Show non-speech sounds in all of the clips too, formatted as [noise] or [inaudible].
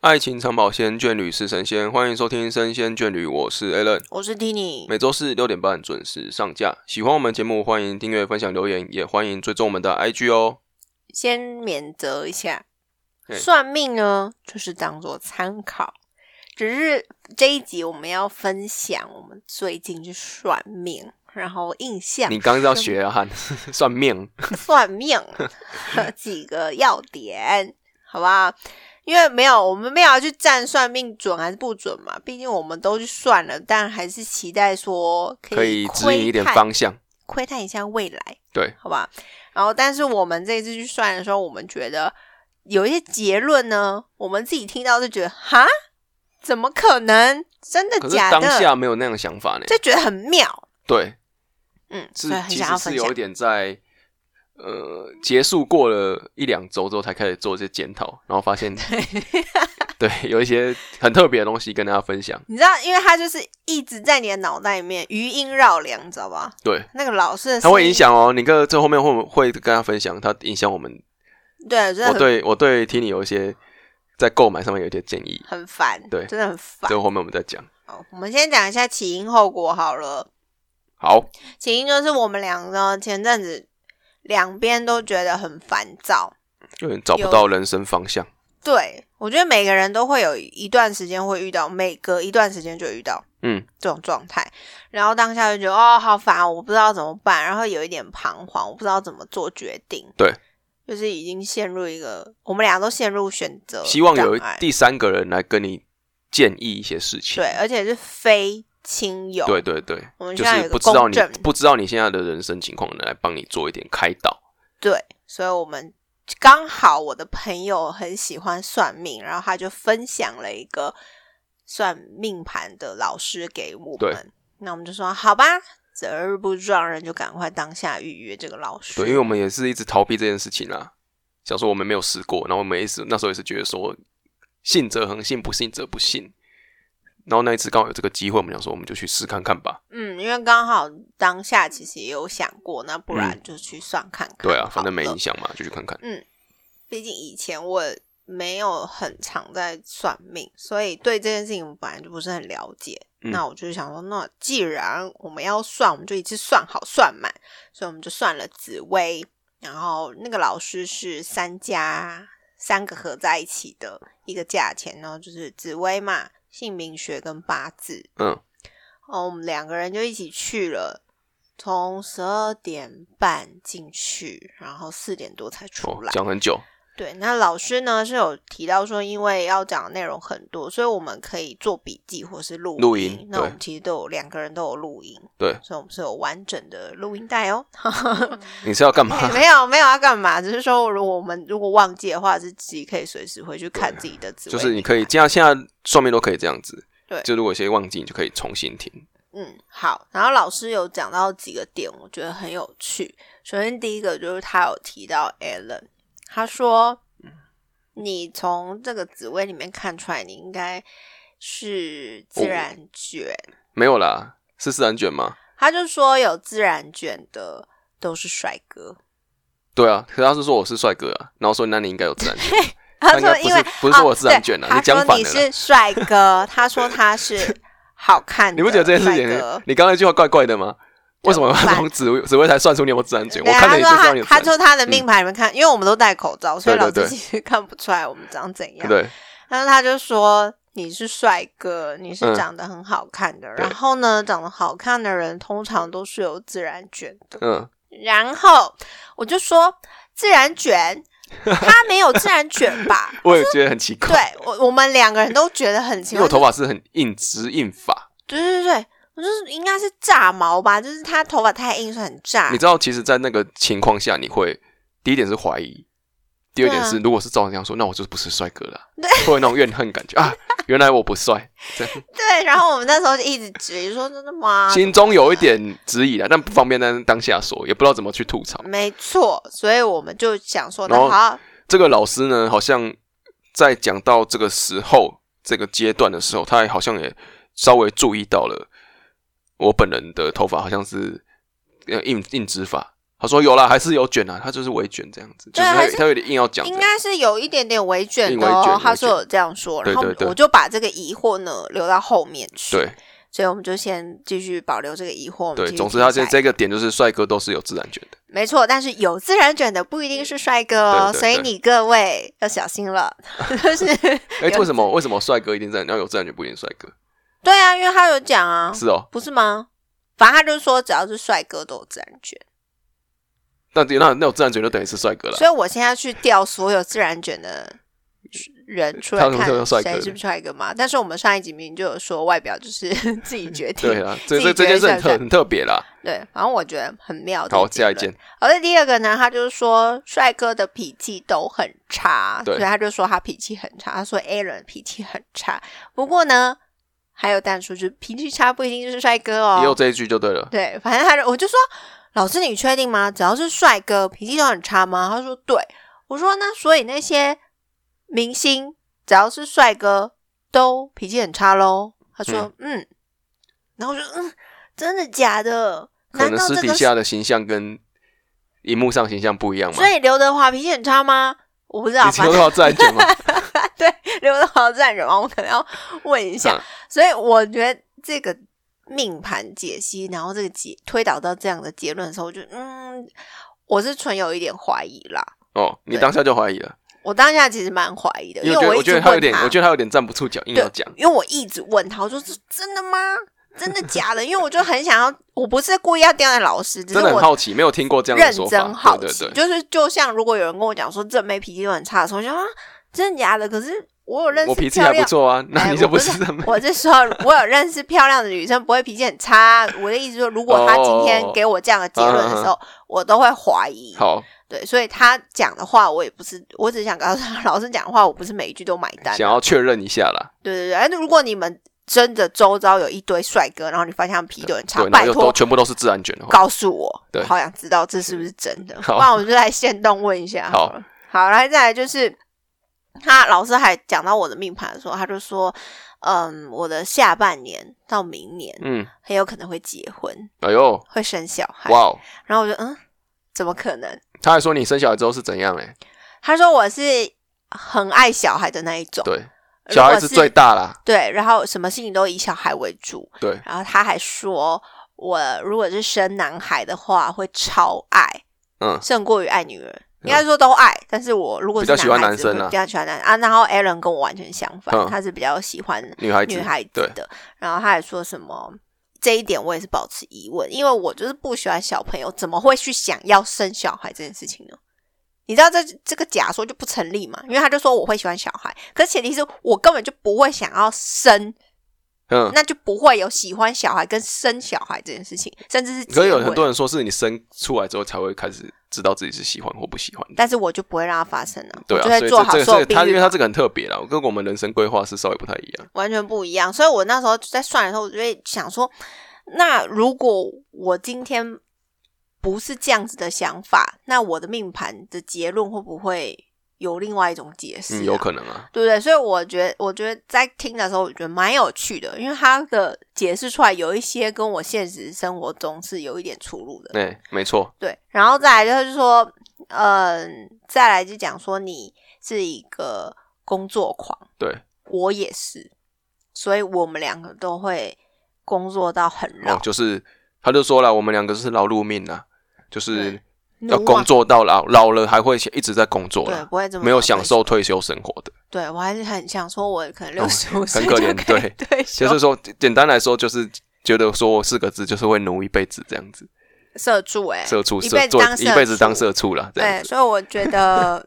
爱情长保鲜，眷侣是神仙。欢迎收听《生仙眷侣》，我是 Alan，我是 Tini，每周四六点半准时上架。喜欢我们节目，欢迎订阅、分享、留言，也欢迎追踪我们的 IG 哦。先免责一下，嘿算命呢就是当做参考，只是这一集我们要分享我们最近去算命，然后印象你刚刚是要学啊，汉 [laughs] 算命，算命 [laughs] 几个要点，好不好？因为没有，我们没有要去占算命准还是不准嘛，毕竟我们都去算了，但还是期待说可可以以指引一点窥探方向。窥探一下未来，对，好吧？然后，但是我们这一次去算的时候，我们觉得有一些结论呢，我们自己听到就觉得，哈，怎么可能？真的可是假当下的？没有那样的想法呢。就觉得很妙，对，嗯，是所以很其想要实是分有享一。点在呃结束过了一两周之后才开始做一些检讨，然后发 [laughs] 现对有一些很特别的东西跟大家分享。你知道，因为它就是一直在你的脑袋里面余音绕梁，你知道吧？对，那个老师的它声音会影，响哦。你跟这后面会会跟他分享，它影响我们。对，真的我很哦对我对 Tini 有一些在购买上面有一些建议，很烦，对真的很烦这。个后面我们再讲。好我们先讲一下起因后果好了。好，起因就是我们俩呢，前阵子两边都觉得很烦躁。有点找不到人生方向。对我觉得每个人都会有一段时间会遇到，每隔一段时间就遇到嗯，这种状态，然后当下就觉得哦好烦哦，我不知道怎么办，然后有一点彷徨，我不知道怎么做决定。对，就是已经陷入一个，我们俩都陷入选择障碍，希望有第三个人来跟你建议一些事情对。，而且是非亲友，对对对，我们就现在有是一不个知道公你正，不知道你现在的人生情况的来帮你做一点开导。对，所以我们刚好我的朋友很喜欢算命，然后他就分享了一个算命盘的老师给我对们，那我们就说好吧，择日不撞人，就赶快当下预约这个老师。对，因为我们也是一直逃避这件事情啦，想说我们没有试过，然后我们一直那时候也是觉得说信则恒信，不信则不信。然后那一次刚好有这个机会，我们想说我们就去试看看吧。嗯，因为刚好当下其实也有想过，那不然嗯就去算看看、对啊，反正没影，响嘛，就去看看。毕竟以前我。没有很常在算命，所以对这件事情本来就不是很了解。嗯那我就想说，那既然我们要算，我们就一次算好算满，所以我们就算了紫薇。然后那个老师是三家三个合在一起的一个价钱呢，就是紫薇嘛、姓名学跟八字。嗯，哦，我们两个人就一起去了，从十二点半进去，然后四点多才哦出来，。讲很久，对，那老师呢是有提到说，因为要讲的内容很多，所以我们可以做笔记或是录录音音那我们对其实都有两个人都有录音，对所以我们是有完整的录音带 [laughs] 哦。你是要干嘛？没有没有要干嘛，只是说如果我们如果忘记的话，是自己可以随时回去看自己的指就是你可以，这样现在上面都可以这样子。啊对就如果有些忘记，你就可以重新听。嗯，好。然后老师有讲到几个点，我觉得很有趣。首先第一个就是他有提到 Alan，他说嗯你从这个紫薇里面看出来，你应该是哦自然卷。没有啦，是自然卷吗？他就说有自然卷的都是帅哥。对啊，可是他是说我是帅哥啊，然后说那你应该有自然卷。他应该说不因为是不是说我哦自然卷啊对你讲他反说你了是帅哥，他说他是好看的 [laughs] 你不觉得这件事 [laughs] 帅哥情，你刚刚那句话怪怪的吗？对为什么要我不管从紫薇紫薇才算出你有没有自然卷？我 [laughs] 对啊看了你就他知说道你有自他他然卷，说他的命盘里面看，因为我们都戴口罩，所以嗯对对老师对其实 [laughs] 看不出来我们长怎对样。不对？然后他就说你是帅哥，你是嗯长得很好看的。对然后呢，长得好看的人通常都是有自然卷的。嗯，然后我就说自然卷，他没有自然卷吧？ [laughs] 我也觉得很奇对怪，我我们两个人都觉得很奇因怪为我。头发是很硬直硬发。对对对，我就是应该是炸毛吧，就是他头发太硬，所以很炸你。知道，其实，在那个情况下，你会第一点是怀疑，第二点是，对啊如果是照你这样说，那我就不是帅哥 [laughs] 了，啊会有那种怨恨感觉啊，原来我不帅，这样对，然后我们那时候就一直质疑说：“真的吗？心中有一点质疑了，但不方便在当下说，也不知道怎么去吐槽。没错，所以我们就想说，那然后好，这个老师呢，好像在讲到这个时候、这个阶段的时候，他也好像也稍微注意到了我本人的头发好像是呃硬硬直发，他说有啦，还是有卷啊，他就是微卷这样子，就对啊他还有是他有点硬要讲这应样，该是有一点点微卷的微卷哦微。他说有这样说，对然后对对我就把这个疑惑呢留到后面去。对，所以我们就先继续保留这个疑惑。我们对，继续总之听他下这一这个点就是帅哥都是有自然卷的，没错，但是有自然卷的不一定是帅哥哦，对对对所以你各位要小心 [laughs] 了。就是哎、 [laughs] 有为什么为什么帅哥一定自然，然后有自然卷不一定帅哥？对啊，因为他有讲啊，是哦，不是吗？反正他就是说，只要是帅哥都有自然卷，那那那有自然卷就等于是帅哥了，所以我现在去调所有自然卷的人出来他们都看有帅哥谁是不是帅哥嘛。但是我们上一集明明就有说，外表就是 [laughs] 自己决定。对啊，这自这己这觉得件事很帅特很特别啦。对，反正我觉得很妙。这个好，结下一论件，而且第二个呢，他就是说帅哥的脾气都很差，对所以他就说他脾气很差。他说 Aaron 脾气很差，不过呢，还有淡叔就是脾气差不一定就是帅哥也有哦。这一句就对了。对，反正他就我就说老师你确定吗？只要是帅哥脾气都很差吗？他说对。我说那所以那些明星只要是帅哥都脾气很差喽？他说嗯然后我说嗯，真的假的？可难能道私这底个下的形象跟荧幕上形象不一样嘛所。以刘德华脾气很差吗？我不知道，你听反到多正少自然 [laughs] 卷吗？对刘德华站人嘛，我可能要问一 [laughs] 下。嗯所以我觉得这个命盘解析，然后这个结推导到这样的结论的时候，我就嗯，我是存有一点怀疑啦。哦，你对当下就怀疑了，我当下其实蛮怀疑的，因为我觉得我一我直觉得问他有点，我觉得他有点站不住脚，硬要讲。因为我一直问他，我说是真的吗？真的假的？因为我就很想要，我不是故意要刁难老师，只是真的很我好奇，没有听过这样的认说法。真好对奇，对对，就是就像如果有人跟我讲说正妹脾气都很差的时候，我就想啊，真的假的？可是我有认识我脾气漂还不亮，错啊，那哎你就我不是这么 [laughs] 我是说我有认识漂亮的女生不会脾气很差。我的意思说，如果她今天给我这样的结论哦的时候，我都会怀疑。嗯 [laughs] 好。对，所以她讲的话我也不是，我只是想告诉她，老师讲的话我不是每一句都买单。想要确认一下啦，对对对，哎，那如果你们真的周遭有一堆帅哥，然后你发现他们脾气都很差对，，然拜后又托都全部都是自然卷的话，告诉我，哦对我好想知道这是不是真的，不好然我就来现动问一下好了。好，然后再来就是他老师还讲到我的命盘的时候，他就说，嗯，我的下半年到明年嗯，很有可能会结婚，哎呦，会生小孩。哇哦，然后我就嗯，怎么可能？他还说你生小孩之后是怎样欸嘞？他说我是很爱小孩的那一种，对，如果小孩子最大啦，对，然后什么事情都以小孩为主。对，然后他还说。我如果是生男孩的话，会超爱，嗯，胜过于爱女人。应该说都爱，但是我如果是啊比较喜欢男孩子男生啊我会比较喜欢男啊。然后 Alan 跟我完全相反，嗯他是比较喜欢女孩子，女孩子对，的。然后他还说什么这一点我也是保持疑问，因为我就是不喜欢小朋友，怎么会去想要生小孩这件事情呢？你知道这这个假说就不成立嘛？因为他就说我会喜欢小孩，可前提是我根本就不会想要生，嗯，那就不会有喜欢小孩跟生小孩这件事情，甚至是可是有结很婚多人说是你生出来之后才会开始知道自己是喜欢或不喜欢的。但是我就不会让它发生了、对我啊，所就以会这做好啊这所有这避他因孕为他这个很特别啦，跟我们人生规划是稍微不太一样。完全不一样。所以我那时候在算的时候，我就会想说，那如果我今天不是这样子的想法，那我的命盘的结论会不会有另外一种解释、啊嗯，有可能啊，对不对？所以我觉得，我觉得在听的时候，我觉得蛮有趣的，因为他的解释出来有一些跟我现实生活中是啊有一点出入的。哎、没错，对，然后再来就是说，嗯、再来就讲说你是一个工作狂，对，我也是，所以我们两个都会工作到很哦老，，就是他就说了，我们两个是劳碌命啊，就是对要奴啊工作到老，老了还会一直在工作对，啦，不会这么没有早退享受退休生活的。休。对我还是很想说，我可能六十五岁很可就怜可以对 [laughs] 退休，就是说，简简单来说，就是觉得说四个字，就是会奴一辈子这样子，社畜哎、社畜一社辈子做当一辈子当社社畜啦，这对样，子。所以我觉得，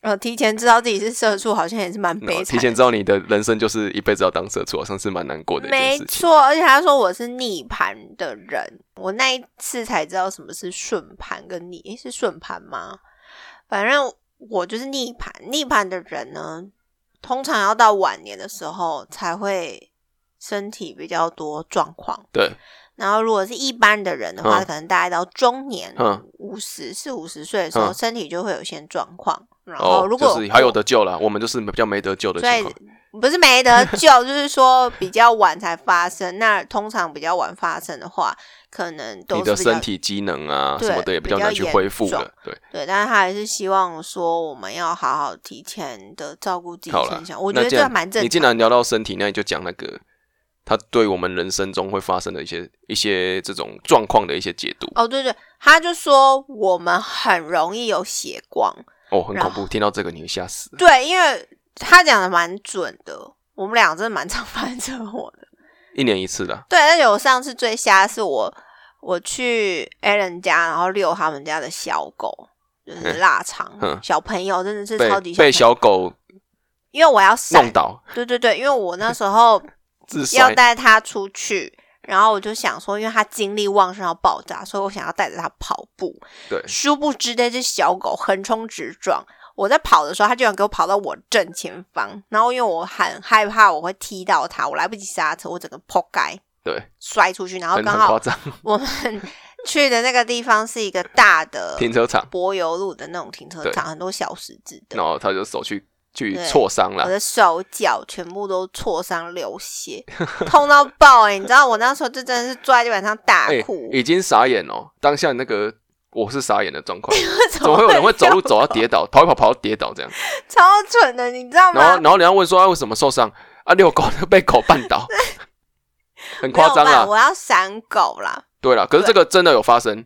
呃，提前知道自己是社畜，好像也是蛮那悲惨的。啊提前知道你的人生就是一辈子要当社畜，好像是蛮难过的一件没事情。错，而且他说我是逆盘的人，我那一次才知道什么是顺盘跟逆，诶是顺盘吗？反正我就是逆盘，逆盘的人呢，通常要到晚年的时候才会身体比较多状况。对，然后如果是一般的人的话，嗯可能大概到中年嗯五十四五十岁的时候，嗯身体就会有一些状况。然哦后，如果、就是还有，的救了，我们就是比较没得救的所情以况。不是没得救， [laughs] 就是说比较晚才发生。那通常比较晚发生的话，可能都你是的比较身体机能啊对什么的也比较难去恢复了。对，对，但是他还是希望说我们要好好提前的照顾自己好身了体，我觉那得既这然蛮正常的。你既然聊到身体，那你就讲那个它对我们人生中会发生的一些一些这种状况的一些解读。哦，对对，他就说我们很容易有血光，哦，很然恐怖，听到这个你会吓死。对，因为他讲的蛮准的，我们俩真的蛮常 [laughs] 发生车祸的。一年一次的啊，对，而且我上次最瞎的是我我去 a l a n 家，然后遛他们家的小狗，就是嗯腊肠、嗯小朋友，真的是被超级被小小朋友，狗因为我要弄闪，倒，对对对，因为我那 [laughs] 时候自要摔。带他出去，然后我就想说，因为他精力旺盛要爆炸，所以我想要带着他跑步。对，殊不知那只小狗横冲直撞。我在跑的时候，它居然给我跑到我正前方，然后因为我很害怕我会踢到它，我来不及刹车，我整个扑街对，摔出去，然后很刚很夸好张。我们去的那个地方是一个大的停车场，柏油路的那种停车对场，很多小石子的然，后他就手去去对挫伤我了，的手脚全部都挫伤流血，痛到爆哎、你知道我那时候就真的是坐在地板上大哎哭，，已经傻眼哦。当下那个我是傻眼的状况， [laughs] [laughs] 怎怎么会有人会这走样路走到跌倒，跑一跑跑到跌倒这样？ [laughs] 超蠢的，你知道吗？然后然后人家问说啊为什么受伤啊？遛狗被狗绊 [laughs] 倒，很夸张啊没有办法啦。我要闪狗啦，对啦，可是这个真的有发生。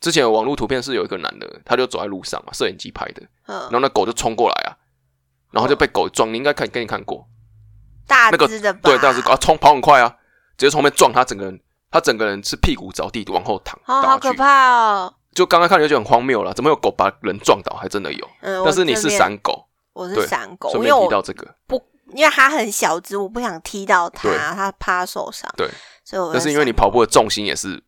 之前有网络图片是有一个男的，他就走在路上嘛，摄影机拍的，然嗯，后那狗就冲过来啊，然后就被狗撞，你应该看给你看过，大那个只的吧，哦对，大只狗啊冲跑很快啊，直接从后面撞他整个人，他整个人是屁股着地往后躺倒哦，好下可去，怕哦。就刚刚看就觉得很荒谬了，怎么有狗把人撞倒？还真的有，嗯，但是你我是这边，闪狗，我是对闪狗，顺因便为提我到这个，不，因为它很小只，我不想踢到它对，它怕它受伤，对，所以我那是因为你闪跑步的重心也是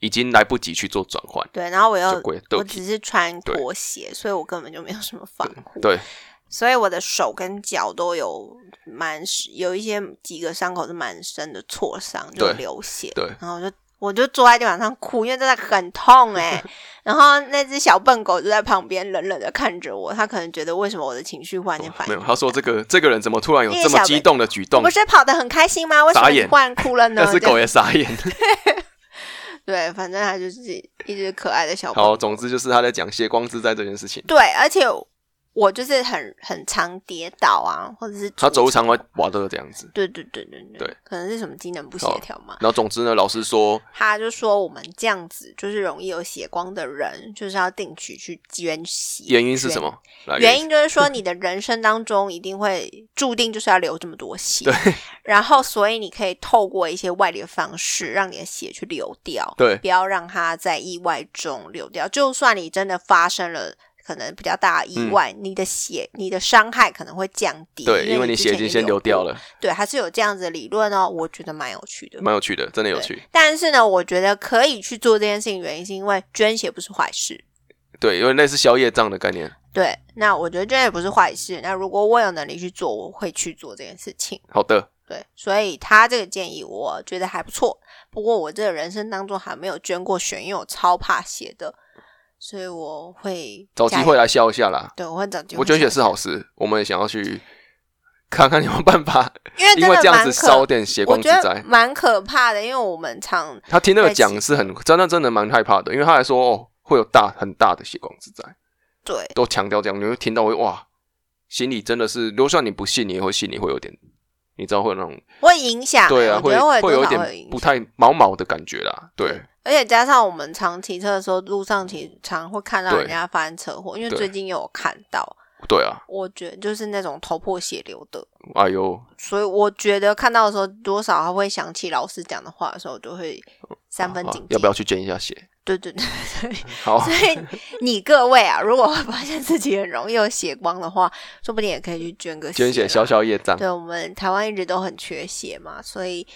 已经来不及去做转换，对，然后我就又归我对只是穿对拖鞋，所以我根本就没有什么防护，对，所以我的手跟脚都有蛮有一些几个伤口是蛮深的挫伤，就对流血，对然后我就我就坐在地板上哭，因为真的很痛哎、 [laughs] 然后那只小笨狗就在旁边冷冷的看着我，它可能觉得为什么我的情绪忽然间反应哦没有，他说这个这个人怎么突然有因为这么小激贝动的举动不？是跑得很开心吗？为什么傻你眼忽然哭了 [laughs] 呢？那只这样狗也傻眼。对，反正它就是一只可爱的小笨好，狗。总之就是他在讲血光之灾这件事情。对，而且我就是很很常跌倒啊，或者是他走路出常会瓦的这样子。对对对对对，对可能是什么机能不协好调嘛。然后总之呢，老师说，他就说我们这样子就是容易有血光的人，就是要定期去捐血。原因是捐什？么？来原因就是说，你的人生当中一定会注定就是要流这么多血，然后所以你可以透过一些外力的方式，让你的血去流掉，对不要让它在意外中流掉。就算你真的发生了可能比较大的意外，你的血、你的伤害可能会降低，嗯对，因因为你之血已前经先流掉过。了，对，还是有这样子的理论哦，我觉得蛮有趣的。蛮有趣的，真的有趣。但是呢，我觉得可以去做这件事情，原因是因为捐血不是坏事。对，有点类似宵夜账的概念。对，那我觉得捐血不是坏事。那如果我有能力去做，我会去做这件事情。好的，对，所以他这个建议我觉得还不错。不过我这个人生当中还没有捐过血，因为我超怕血的，所以我会找机加油会。来笑一下啦。对，我会找机会。我捐血是，好事，我们也想要去看看有没有办 [laughs] 法，因为因真为的这样蛮子可烧，点血我光之觉得灾。蛮可怕的，因为我们常他听那个在讲是很真的，真的蛮害怕的，因为他还说哦，会有大很大的血光之灾。对都强调这样，你会听到会哇，心里真的是，就算你不信，你也会心里会有点，你知道会有那种，会影响，对啊，我会觉得会会有一多少会点影不响。太毛毛的感觉啦，对，而且加上我们常骑车的时候，路上骑常会看嗯到对人家发生车祸，因为对最近有看到，对啊，我觉得就是那种头破血流的，哎呦，所以我觉得看到的时候，多少还会想起老师讲的话的时候，我就会三分啊警惕。啊要不要去捐一下血？对对对对， [laughs] 好，所以你各位啊，如果发现自己很容易有血光的话，说不定也可以去捐个捐血啦消消业障，对我们台湾一直都很缺血嘛，所以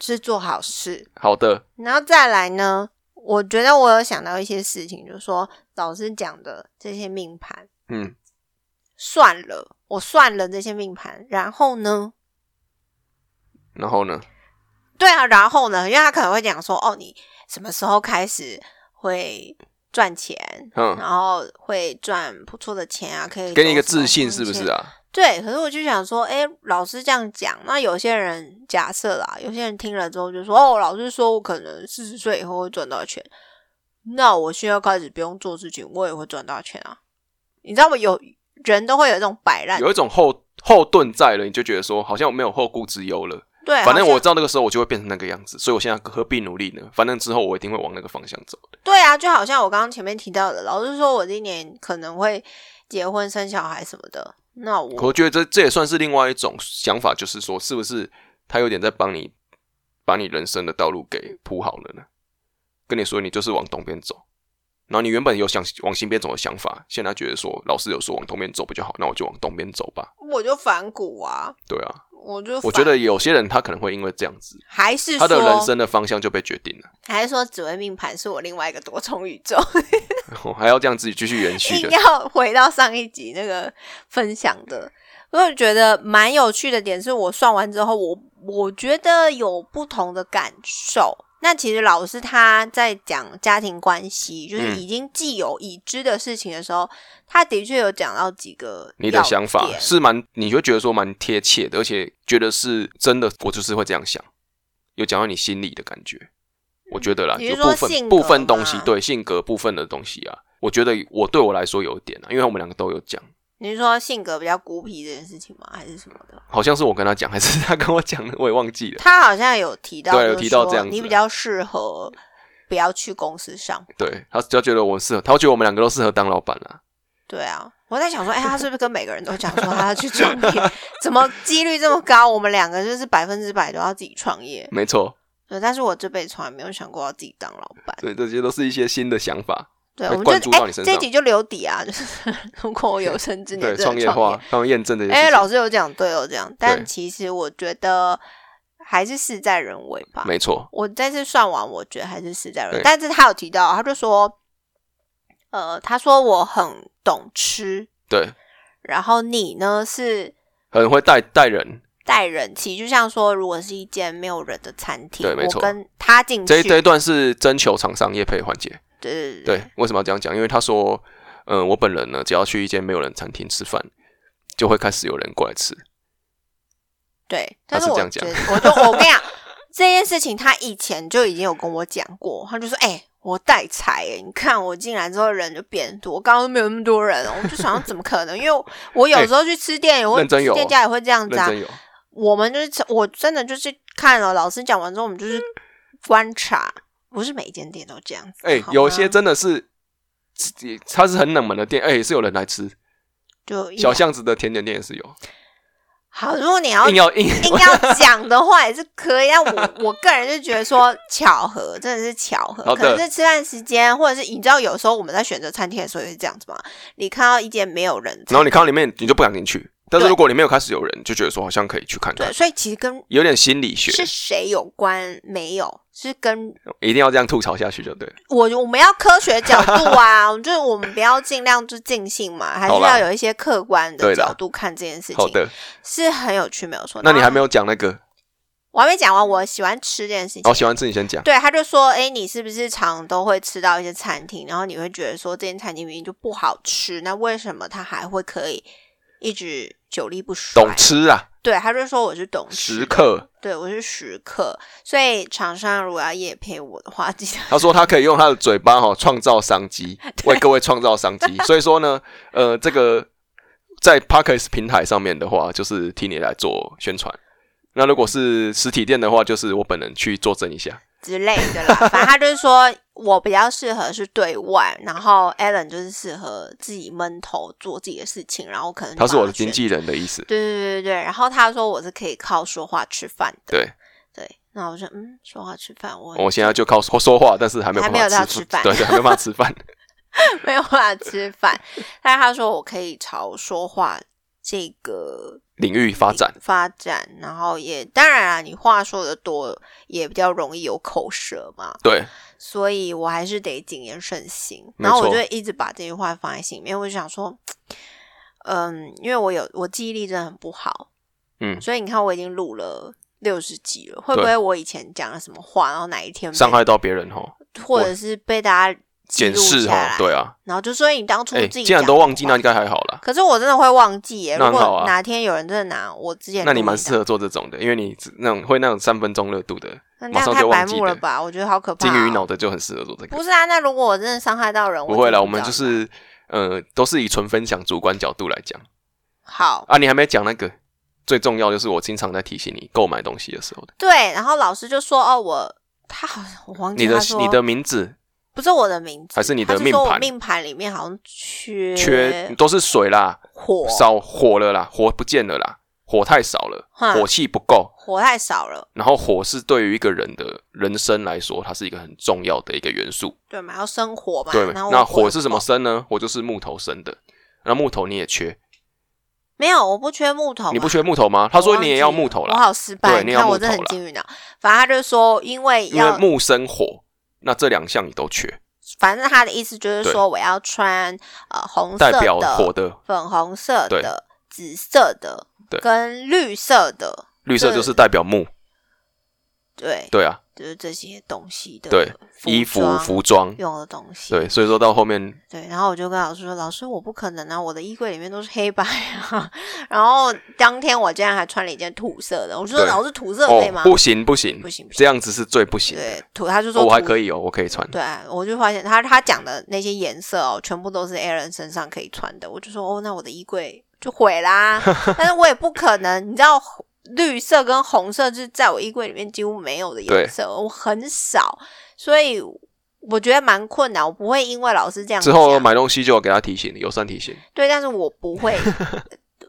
是做好事。好的，然后再来呢，我觉得我有想到一些事情，就是说老师讲的这些命盘，嗯，算了，我算了这些命盘，然后呢，然后呢？对啊，然后呢，因为他可能会讲说，哦，你什么时候开始会赚钱，嗯，然后会赚不错的钱啊，可以给你一个做什自么信贡是不是献？啊？对，可是我就想说，哎，老师这样讲，那有些人假设啦，有些人听了之后就说，哦，老师说我可能四十岁以后会赚到钱，那我现在开始不用做事情，我也会赚到钱啊。你知道吗？有人都会有一种摆烂，有一种后后盾在了，你就觉得说好像我没有后顾之忧了。对，反正好像我知道那个时候我就会变成那个样子，所以我现在何必努力呢？反正之后我一定会往那个方向走的。对啊，就好像我刚刚前面提到的，老师说我今年可能会结婚生小孩什么的，那我我觉得这这也算是另外一种想法，就是说是不是他有点在帮你把你人生的道路给铺好了呢？跟你说，你就是往东边走，然后你原本有想往西边走的想法，现在觉得说老师有说往东边走比较好，那我就往东边走吧。我就反骨啊，对啊，我就我反觉得有些人他可能会因为这样子，还是他说的人生的方向就被决定了，还是说紫微命盘是我另外一个多重宇宙， [laughs] 我哦还要这样自己继续延续硬的。要回到上一集那个分享的。我也觉得蛮有趣的点是我算完之后，我我觉得有不同的感受。那其实老师他在讲家庭关系，就是嗯已经既有已知的事情的时候，他的确有讲到几个你的想法要点是蛮，你会觉得说蛮贴切的，而且觉得是真的，我就是会这样想，有讲到你心里的感觉，我觉得啦，你有是部嗯说分性部格分东西吗，对性格部分的东西啊，我觉得我对我来说有一点啊，因为我们两个都有讲，你是说性格比较孤僻这件事情吗？还是什么的？好像是我跟他讲，还是他跟我讲的，我也忘记了。他好像有提到，对有就是提到说这样子你比较适合不要去公司上。对他，只要觉得我适合，他觉得我们两个都适合当老板啦、对啊，我在想说，哎、他是不是跟每个人都讲说他要去创 [laughs] 业？怎么几率这么高？我们两个就是百分之百都要自己创业。没错，对，但是我这辈子从来没有想过要自己当老板。对，这些都是一些新的想法，对，会我们灌就注哎、到你身这一上集就留底啊，就是 [laughs] 如果我有 [laughs] 生之对，年真创的业创化，他们验证这些事哎、情。老师有讲对哦，这样，但对其实我觉得还是事在人为吧。没错，我这次算完，我觉得还是事在人为对。但是他有提到，他就说，呃，他说我很懂吃，对，然后你呢是很会带带人，带人气，就像说，如果是一间没有人的餐厅，对没错我跟他进这去，一这一段是征求厂商业配环节。对对对对，为什么要这样讲？因为他说，嗯，我本人呢，只要去一间没有人餐厅吃饭，就会开始有人过来吃。对他但是我这觉样讲得，我就我跟你讲，这件事情他以前就已经有跟我讲过，他就说，哎、我带财、哎，你看我进来之后人就变多，刚刚都没有那么多人，哦我就想怎么可能？因为 [laughs] 我有时候去吃店，也会哎认真有哦吃店家也会这样子认啊真，有，我们就是我真的就是看了老师讲完之后，我们就是观察，不是每一间店都这样子。哎、好吗啊有些真的是，自己它是很冷门的店，哎、是有人来吃。就一小巷子的甜点店也是有，好，如果你要硬硬要 [laughs] 硬要讲的话也是可以，但我我个人就觉得说巧合真的是巧合好，的可能是吃饭时间，或者是你知道有时候我们在选择餐厅的时候也是这样子嘛，你看到一间没有人，然后你看到里面你就不想进去，但是对如果里面有开始有人，就觉得说好像可以去看对，看，所以其实跟有点心理学，是谁有关没有，是跟一定要这样吐槽下去就对了。我我们要科学角度啊，我们就是我们不要尽量就尽兴嘛，还是好啦要有一些客观的对啦角度看这件事好情，的，是很有趣，没有错。那你还没有，有讲那个，我还没讲完，我喜欢吃这件事情。我喜欢吃你先讲。对，他就说，哎，你是不是常都会吃到一些餐厅，然后你会觉得说这间餐厅明明就不好吃，那为什么他还会可以一直久立不衰懂？吃啊，对，他就说我是懂吃食的，客。对我是食客，所以厂商如果要夜配我的话，记得 [laughs] 他说他可以用他的嘴巴哈、创造商机，为各位创造商 [laughs] 机。所以说呢，呃，这个在 Parkes 平台上面的话，就是替你来做宣传。那如果是实体店的话，就是我本人去作证一下。之类的啦。反正他就是说我比较适合是对外，然后 Alan 就是适合自己闷头做自己的事情，然后可能就他是我的把它选经。纪人的意思。对对对对对，然后他说我是可以靠说话吃饭的。对，对，那我说嗯，说话吃饭，我我现在就靠说说话，但是还没有还没有办法到吃吃 [laughs] 饭对对，还没有办法吃 [laughs] 饭。没有办法吃饭，但是他说我可以朝说话这个领域发展，发展，然后也当然啊，你话说的多，也比较容易有口舌嘛。对，所以我还是得谨言慎行。没然后我错就一直把这句话放在心里面，我就想说，嗯，因为我有我记忆力真的很不好，嗯所以你看我已经录了六十集了，会不会我以前讲了什么话，然后哪一天被伤害到别人哈，或者是被大家记检录视下来哈，对啊，然后就说你当初哎，自己既然都忘记，那了。应该还好啦。可是我真的会忘记耶、那如很好啊果哪天有人真的拿我之前，那你蛮适，合做这种的，因为你那种会那种三分钟热度的，那这马样上太就白忘记目了的，吧？我觉得好可怕、金哦。鱼脑的就很适合做这个。不是啊，那如果我真的伤害到人，不会了，啦，我们就是呃，都是以纯分享、主观角度来讲好啊。你还没讲那个最重要，就是我经常在提醒你购买东西的时候的，对。然后老师就说：“哦，我他好像我忘记你的嗯他说你的名字不是我的名字，还是你的他就说命我盘命盘里面好像缺缺都是水啦，火，少火了啦，火不见了啦，火太少了，哼火气不够。火太少了，然后火是对于一个人的人生来说，它是一个很重要的一个元素。对嘛？要生火嘛。对，然后那我哦火又是什么不够？生呢？火就是木头生的。那木头你也缺，没有，我不缺木头嘛，你不缺木头吗？他我说忘你也记要了木头我啦，好失败，对你你要看木我真的头很啦金鱼脑。反正他就说，因为因为要，木生火，那这两项你都缺，反正他的意思就是对说，我要穿呃红色代的、表火的粉红色对的、紫色的对跟绿色的，绿色对就是代表木，对，对啊，就是这些东西的对衣服、装服装，用的东西。对，所以说到后面对，然后我就跟老师说：“老师，我不可能啊，我的衣柜里面都是黑白啊。” [laughs] 然后当天我竟然还穿了一件土色的，我就说：“对老师，土色可以哦吗？”不行不行不，行，不行，这样子是最不行的。对土，他就说、哦我还以。可以哦，我可以穿。对，我就发现他他讲的那些颜色哦，全部都是 Aaron 身上可以穿的。我就说哦，那我的衣柜就毁 [laughs] 啦。但是我也不可能，你知道，绿色跟红色是在我衣柜里面几乎没有的颜色，我很少，所以我觉得蛮困难。我不会因为老师这样之后讲买东西就要给他提醒，友善提醒，对，但是我不 [laughs] 会。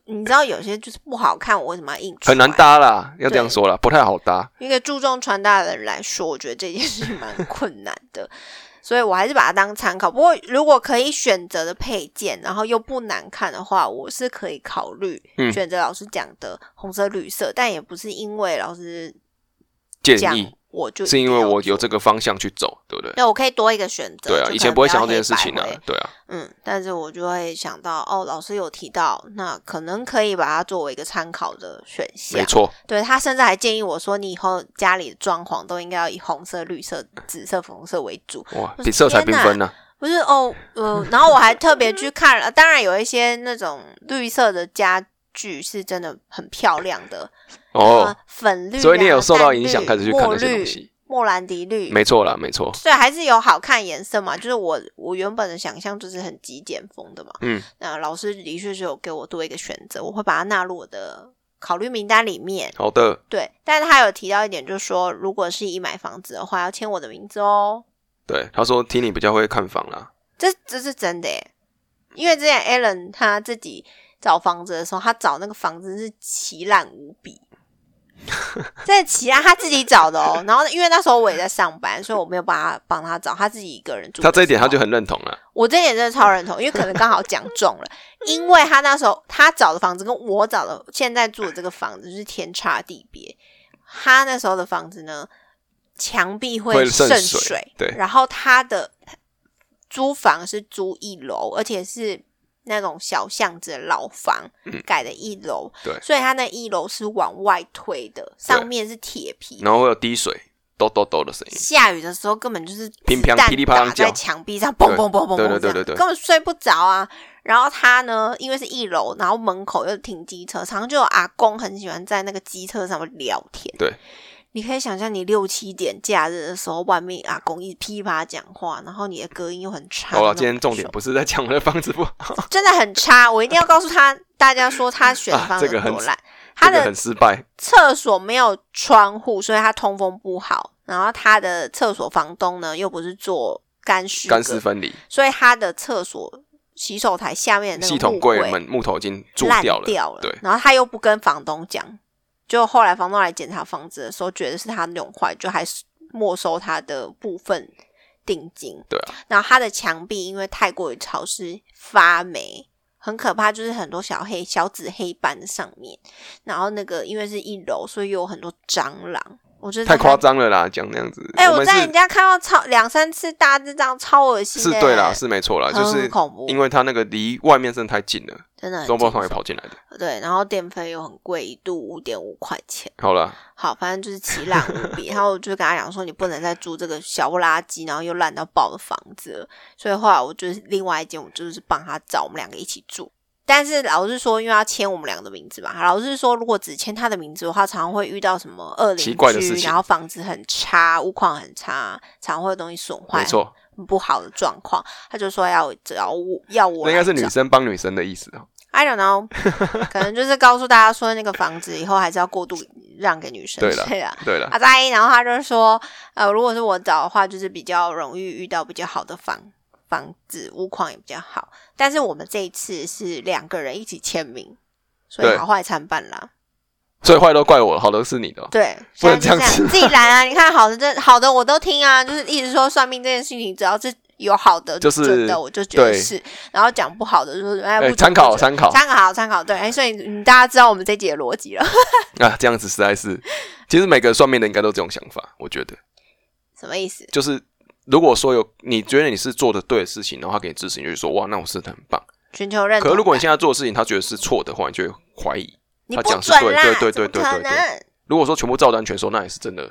你知道有些就是不好看，我为什么要硬很穿？难。搭啦，要这对样说啦，不太好搭。一个注重穿搭的人来说，我觉得这件事情蛮困难的，所以我还是把它当参考。不过，如果可以选择的配件，然后又不难看的话，我是可以考虑嗯选择老师讲的红色、绿色，但也不是因为老师建讲议我就一是因定为要我有做这个方向去走，对不对？对，我可以多一个选择。对啊，就以可前能不会要想到这黑件事白情啊灰。对啊，嗯，但是我就会想到，哦，老师有提到，那可能可以把它作为一个参考的选项没。错，对他甚至还建议我说，你以后家里的装潢都应该要以红色、绿色、紫色、粉红色为主，哇我，比说色彩天缤哪纷啊呢。不是哦，呃，然后我还特别去看了，当然有一些那种绿色的家具是真的很漂亮的，哦呃，，粉绿啊、所以你有受到淡影响绿开始去看墨那些东绿西莫兰迪绿，没错啦，没错。所以还是有好看颜色嘛，就是我我原本的想象就是很极简风的嘛。嗯，那老师的确是有给我多一个选择，我会把它纳入我的考虑名单里面。好的，对，但是他有提到一点，就是说如果是以买房子的话，要签我的名字哦。对，他说听你比较会看房啦，这这是真的耶，因为之前 Alan 他自己找房子的时候，他找那个房子是奇烂无 [laughs] 比。真的奇烂，他自己找的哦。然后因为那时候我也在上班，所以我没有帮他帮他找，他自己一个人住的时候。他这一点他就很认同了。我这一点真的超认同，因为可能刚好讲中了，因为他那时候他找的房子跟我找的现在住的这个房子是天差地别。他那时候的房子呢，墙壁会渗渗水，水对然后他的租房是租一楼，而且是那种小巷子的老房、嗯改的一楼，对所以他那一楼是往外推的，上面是铁皮，然后会有滴水咚咚咚的声音，下雨的时候根本就是乒乓子弹噼里啪啦打在叫墙壁上，砰砰砰砰砰，对对对这样对对根本睡不着啊。然后他呢，因为是一楼，然后门口又停机车，常常就有阿公很喜欢在那个机车上面聊天。对，你可以想象，你六七点假日的时候，外面阿公一直噼里啪啦讲话，然后你的隔音又很差。好那了，种今天感重点受不是在讲我的房子不好，真的很差，我一定要告诉他大家说他选的方啊式这多个很烂。他这个的很失败。厕所没有窗户，所以它通风不好。然后他的厕所房东呢，又不是做干湿干隔湿分离，所以他的厕所洗手台下面的那个系统木柜门木头已经蛀烂掉掉了，了对，然后他又不跟房东讲，就后来房东来检查房子的时候，觉得是他弄坏，就还没收他的部分定金。对啊，然后他的墙壁因为太过于潮湿发霉，很可怕，就是很多小黑小紫黑斑在上面。然后那个因为是一楼，所以又有很多蟑螂，我觉得太在他夸。张了啦，讲那样子。哎、我我们在人是家看到超两三次大只蟑螂，超恶心、是的。欸对啦，是没错啦，就很是恐怖，嗯因为它那个离外面真的太近了，真的很双胞惊胎也悚跑进来的。对，然后电费又很贵，一度五点五块钱。好啦，好，反正就是奇烂无比。然后我就跟他讲说，你不能再住这个小不拉几，然后又烂到爆的房子了。所以后来我就是另外一间，我就是帮他找，我们两个一起住。但是老师说，因为要签我们两个的名字嘛，老师说如果只签他的名字的话，常常会遇到什么恶奇邻怪的事居，情然后房子很差，屋况很差，常会有东西损坏，没错，很不好的状况。他就说要找我，要我那应该来是找女生帮女生的意思哦。 I don't know，可能就是告诉大家说那个房子以后还是要过度让给女生，对啦对啊。对了， [laughs] 阿扎伊，然后他就说，呃，如果是我找的话，就是比较容易遇到比较好的房房子，屋况也比较好。但是我们这一次是两个人一起签名，所以对好坏参半啦。所以坏都怪我，好的是你的哦、对，不能现在就这样子自己来啊！你看好的这好的我都听啊，就是一直说算命这件事情，只要是有好的就是准的，我就觉得对是；然后讲不好的就是哎，不哎，准参不考准参考参考参考，对，哎，所以你大家知道我们这集的逻辑了， [laughs] [laughs] 啊，这样子实在是，其实每个算命的应该都这种想法，我觉得什么意思？就是。如果说有你觉得你是做的对的事情，然后他给你支持，你就说哇，那我是很棒。全球认同可感。是如果你现在做的事情，他觉得是错的话，你就会怀疑。你他不讲是准对啦，对对对怎么可对对对能？如果说全部照单全收，那也是真的，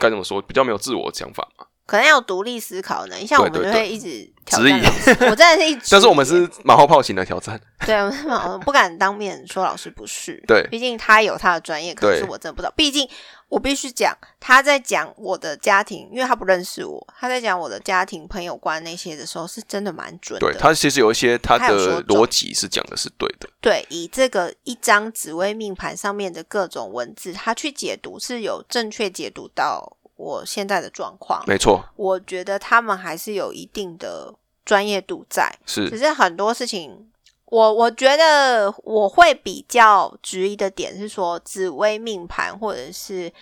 该怎么说？比较没有自我的想法嘛。可能要有独立思考呢。像对我们就对会对一直挑质战疑老师，我真的是一直质疑， [laughs] 但是我们是马后炮型的挑战， [laughs] 对，我们是蛮我不敢当面说老师不是，对毕竟他有他的专业，可对是我真的不知道。毕竟我必须讲，他在讲我的家庭，因为他不认识我，他在讲我的家庭、朋友观那些的时候，是真的蛮准的。对他其实有一些他他有说的中逻辑是讲的是对的，对，以这个一张紫微命盘上面的各种文字，他去解读是有正确解读到我现在的状况。没错，我觉得他们还是有一定的专业度在，只是是很多事情，我我觉得我会比较质疑的点是说，紫微命盘或者是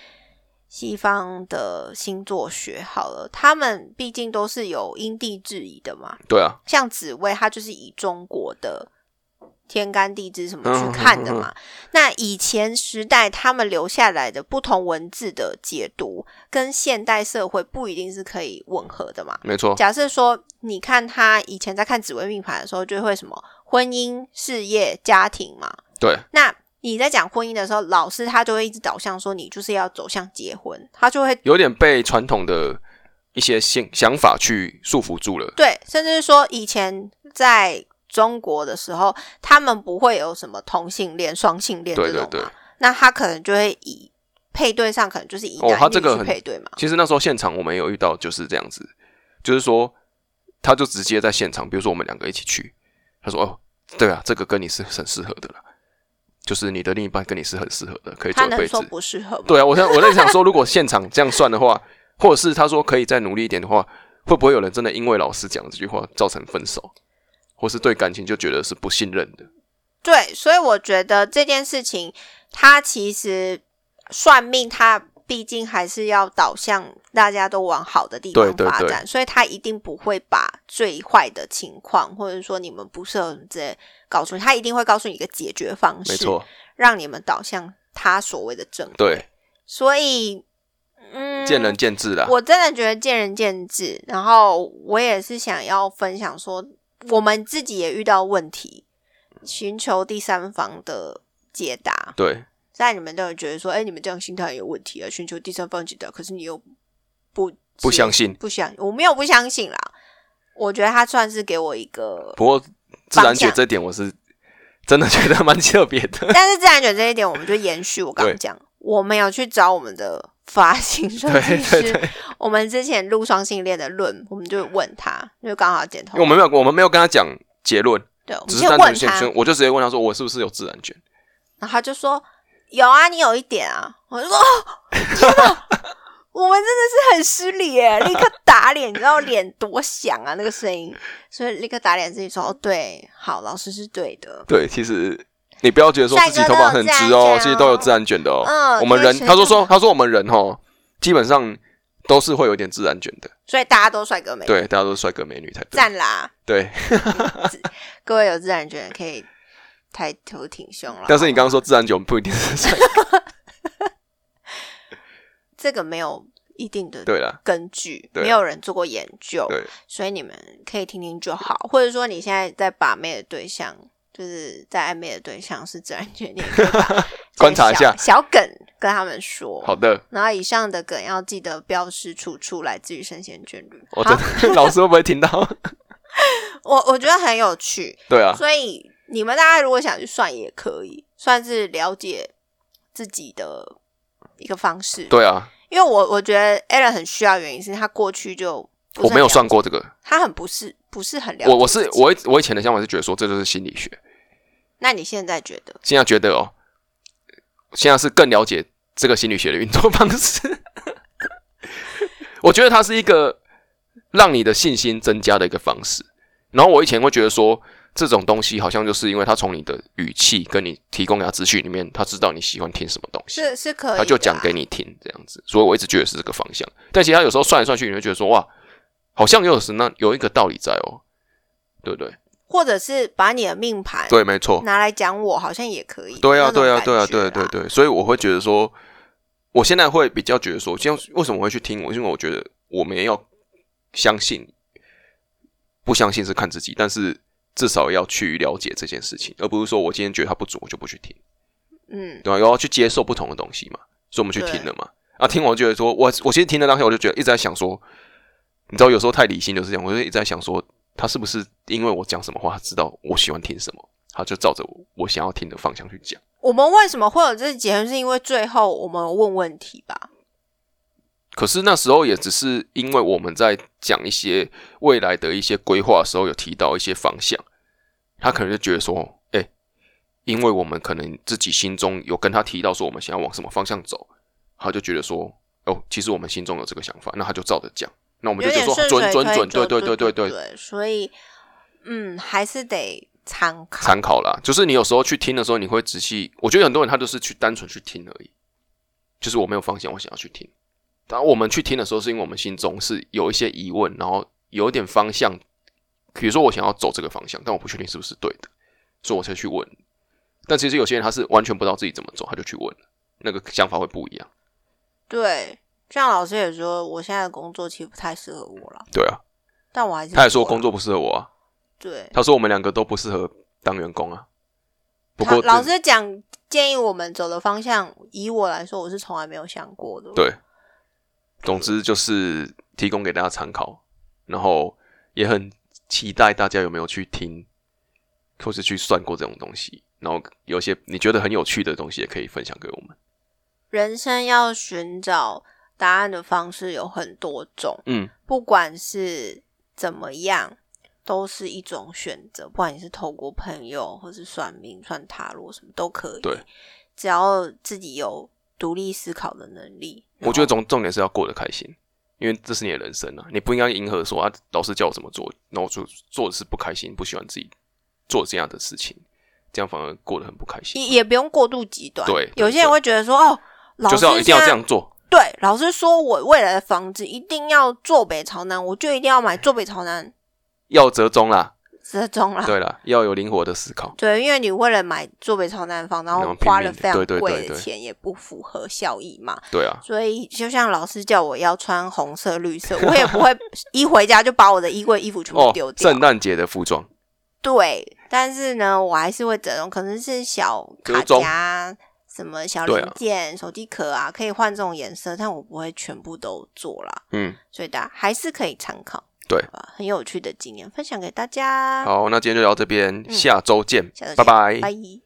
西方的星座学好了，他们毕竟都是有因地制宜的嘛。对啊，像紫薇，它就是以中国的天干地支什么嗯去看的嘛。那以前时代他们留下来的不同文字的解读，跟现代社会不一定是可以吻合的嘛。没错，假设说，你看他以前在看紫微命盘的时候，就会什么婚姻、事业、家庭嘛。对，那你在讲婚姻的时候，老师他就会一直导向说你就是要走向结婚，他就会有点被传统的一些想想法去束缚住了，对，甚至是说以前在中国的时候，他们不会有什么同性恋、双性恋这对种对嘛，对。那他可能就会以配对上可能就是以哦男他女这个去很配对嘛，其实那时候现场我们也有遇到就是这样子，就是说他就直接在现场，比如说我们两个一起去，他说哦，对啊，这个跟你是很适合的啦，就是你的另一半跟你是很适合的，可以做他一能辈说子。不适合吗？对啊，我在我在想说，如果现场这样算的话，或者是他说可以再努力一点的话，会不会有人真的因为老师讲这句话造成分手，或是对感情就觉得是不信任的？对，所以我觉得这件事情，它其实算命，它毕竟还是要导向大家都往好的地方对对发展，对所以它一定不会把最坏的情况，或者说你们不适合什么之类告诉你，它一定会告诉你一个解决方没式，错，让你们导向他所谓的正轨。对，所以，嗯，见仁见智啦。我真的觉得见仁见智。然后我也是想要分享说，我们自己也遇到问题，寻求第三方的解答。对，但你们都有觉得说，哎、你们这样心态有问题啊，寻求第三方解答，可是你又不不相信。不相，我没有不相信啦。我觉得他算是给我一个，不过自然方觉向这点我是真的觉得蛮特别 [laughs] 的。但是自然卷这一点，我们就延续我刚刚对讲，我们有去找我们的发型设计对师，对对我们之前录双性恋的论，我们就问他，就刚好剪因头为我发，们没有我们没有跟他讲结论，对，我们只就是单问纯选他，我就直接问他说我是不是有自然卷？然后他就说有啊，你有一点啊，我就说，哦、我们真的是很失礼耶，立刻打脸，你知道脸多响啊，那个声音，所以立刻打脸自己说，哦，对，好，老师是对的，对，其实你不要觉得说自己头发很直哦，其实都有自然卷的哦。嗯我们人，对谁他说都说，他说我们人哦，基本上都是会有点自然卷的。所以大家都帅哥美女，对，大家都是帅哥美女才对。赞啦。对，各位有自然卷可以抬头挺胸了。但是你刚刚好吗说自然卷不一定是帅哥，这个没有一定的对 [laughs] 啦，根据，对没有人做过研究，对，所以你们可以听听就好。或者说你现在在把妹的对象，就是在暧昧的对象是自然界，你也可以把 [laughs] 观察一下这个小小梗跟他们说。好的，然后以上的梗要记得标示出处来自于生鲜卷旅。我好真，的 [laughs] 老师会不会听到？我我觉得很有趣，对啊， [laughs] 所以你们大家如果想去算也可以，算是了解自己的一个方式。，对啊，因为我我觉得 Alan 很需要原因是他过去就不是我很没有了算过这个，他很不是不是很了解我我是自己，我以我以前的想法是觉得说这就是心理学，那你现在觉得？现在觉得哦，现在是更了解这个心理学的运作方式。 [laughs] 我觉得它是一个让你的信心增加的一个方式。然后我以前会觉得说，这种东西好像就是因为他从你的语气跟你提供给他资讯里面，他知道你喜欢听什么东西，是是可以的啊、他就讲给你听这样子。所以我一直觉得是这个方向。但其实他有时候算来算去，你会觉得说，哇，好像又有是那有一个道理在哦，对不对？或者是把你的命盘对，没错。拿来讲我，好像也可以。对啊，啊，对啊，对啊，啊，对啊对啊对啊，所以我会觉得说，我现在会比较觉得说，像为什么我会去听我？因为我觉得我们要相信，不相信是看自己，但是至少要去了解这件事情，而不是说我今天觉得它不准，我就不去听，嗯，对吧、然后去接受不同的东西嘛，所以我们去对听了嘛。啊，听完就觉得说，我我其实听了当下，我就觉得一直在想说，你知道有时候太理性就是这样，我就一直在想说，他是不是因为我讲什么话，他知道我喜欢听什么，他就照着我我想要听的方向去讲。我们为什么会有这个结论？是因为最后我们有问问题吧？可是那时候也只是因为我们在讲一些未来的一些规划的时候，有提到一些方向，他可能就觉得说，哎、因为我们可能自己心中有跟他提到说我们想要往什么方向走，他就觉得说，哦，其实我们心中有这个想法，那他就照着讲，那我们有就觉点得说顺水准准推准，舟对对对对对对，对，所以嗯，还是得参考。参考啦。就是你有时候去听的时候，你会仔细，我觉得很多人他就是去单纯去听而已，就是我没有方向，我想要去听。当我们去听的时候，是因为我们心中是有一些疑问，然后有一点方向，比如说我想要走这个方向，但我不确定是不是对的，所以我才去问。但其实有些人他是完全不知道自己怎么走，他就去问了，那个想法会不一样。对，像老师也说，我现在的工作其实不太适合我了，对啊，但我还是他也说做了工作不适合我啊，对。他说我们两个都不适合当员工啊。不他过老师讲建议我们走的方向，以我来说，我是从来没有想过的。对，总之就是提供给大家参考，然后也很期待大家有没有去听，或是去算过这种东西，然后有一些你觉得很有趣的东西也可以分享给我们。人生要寻找答案的方式有很多种，嗯，不管是怎么样，都是一种选择。不管你是透过朋友，或是算命、算塔罗，什么都可以。对，只要自己有独立思考的能力，我觉得重重点是要过得开心，因为这是你的人生啊，你不应该迎合说啊，老师叫我怎么做，那我就做的是不开心，不喜欢自己做这样的事情，这样反而过得很不开也心。也不用过度极端。对对有些人会觉得说，哦，老就师是要一定要现这在样做，对，老师说我未来的房子一定要坐北朝南，我就一定要买坐北朝南要折中啦，这种啦。对啦，要有灵活的思考。对，因为你为了买坐北朝南的房，然然后后花拼了命非常对对对贵的对钱，也不符合效益嘛。对啊，所以就像老师叫我要穿红色、绿色，我也 [laughs] 不会一回家就把我的衣柜衣服全部哦丢，掉。圣诞节的服装。对，但是呢，我还是会整容，可能是小卡折中夹啊、什么小对零啊件、手机壳啊，可以换这种颜色，但我不会全部都做啦。嗯，所以大家还是可以参考，对好吧？很有趣的经验分享给大家。，好，那今天就聊到这边，啊嗯下周见下周，见拜拜。拜。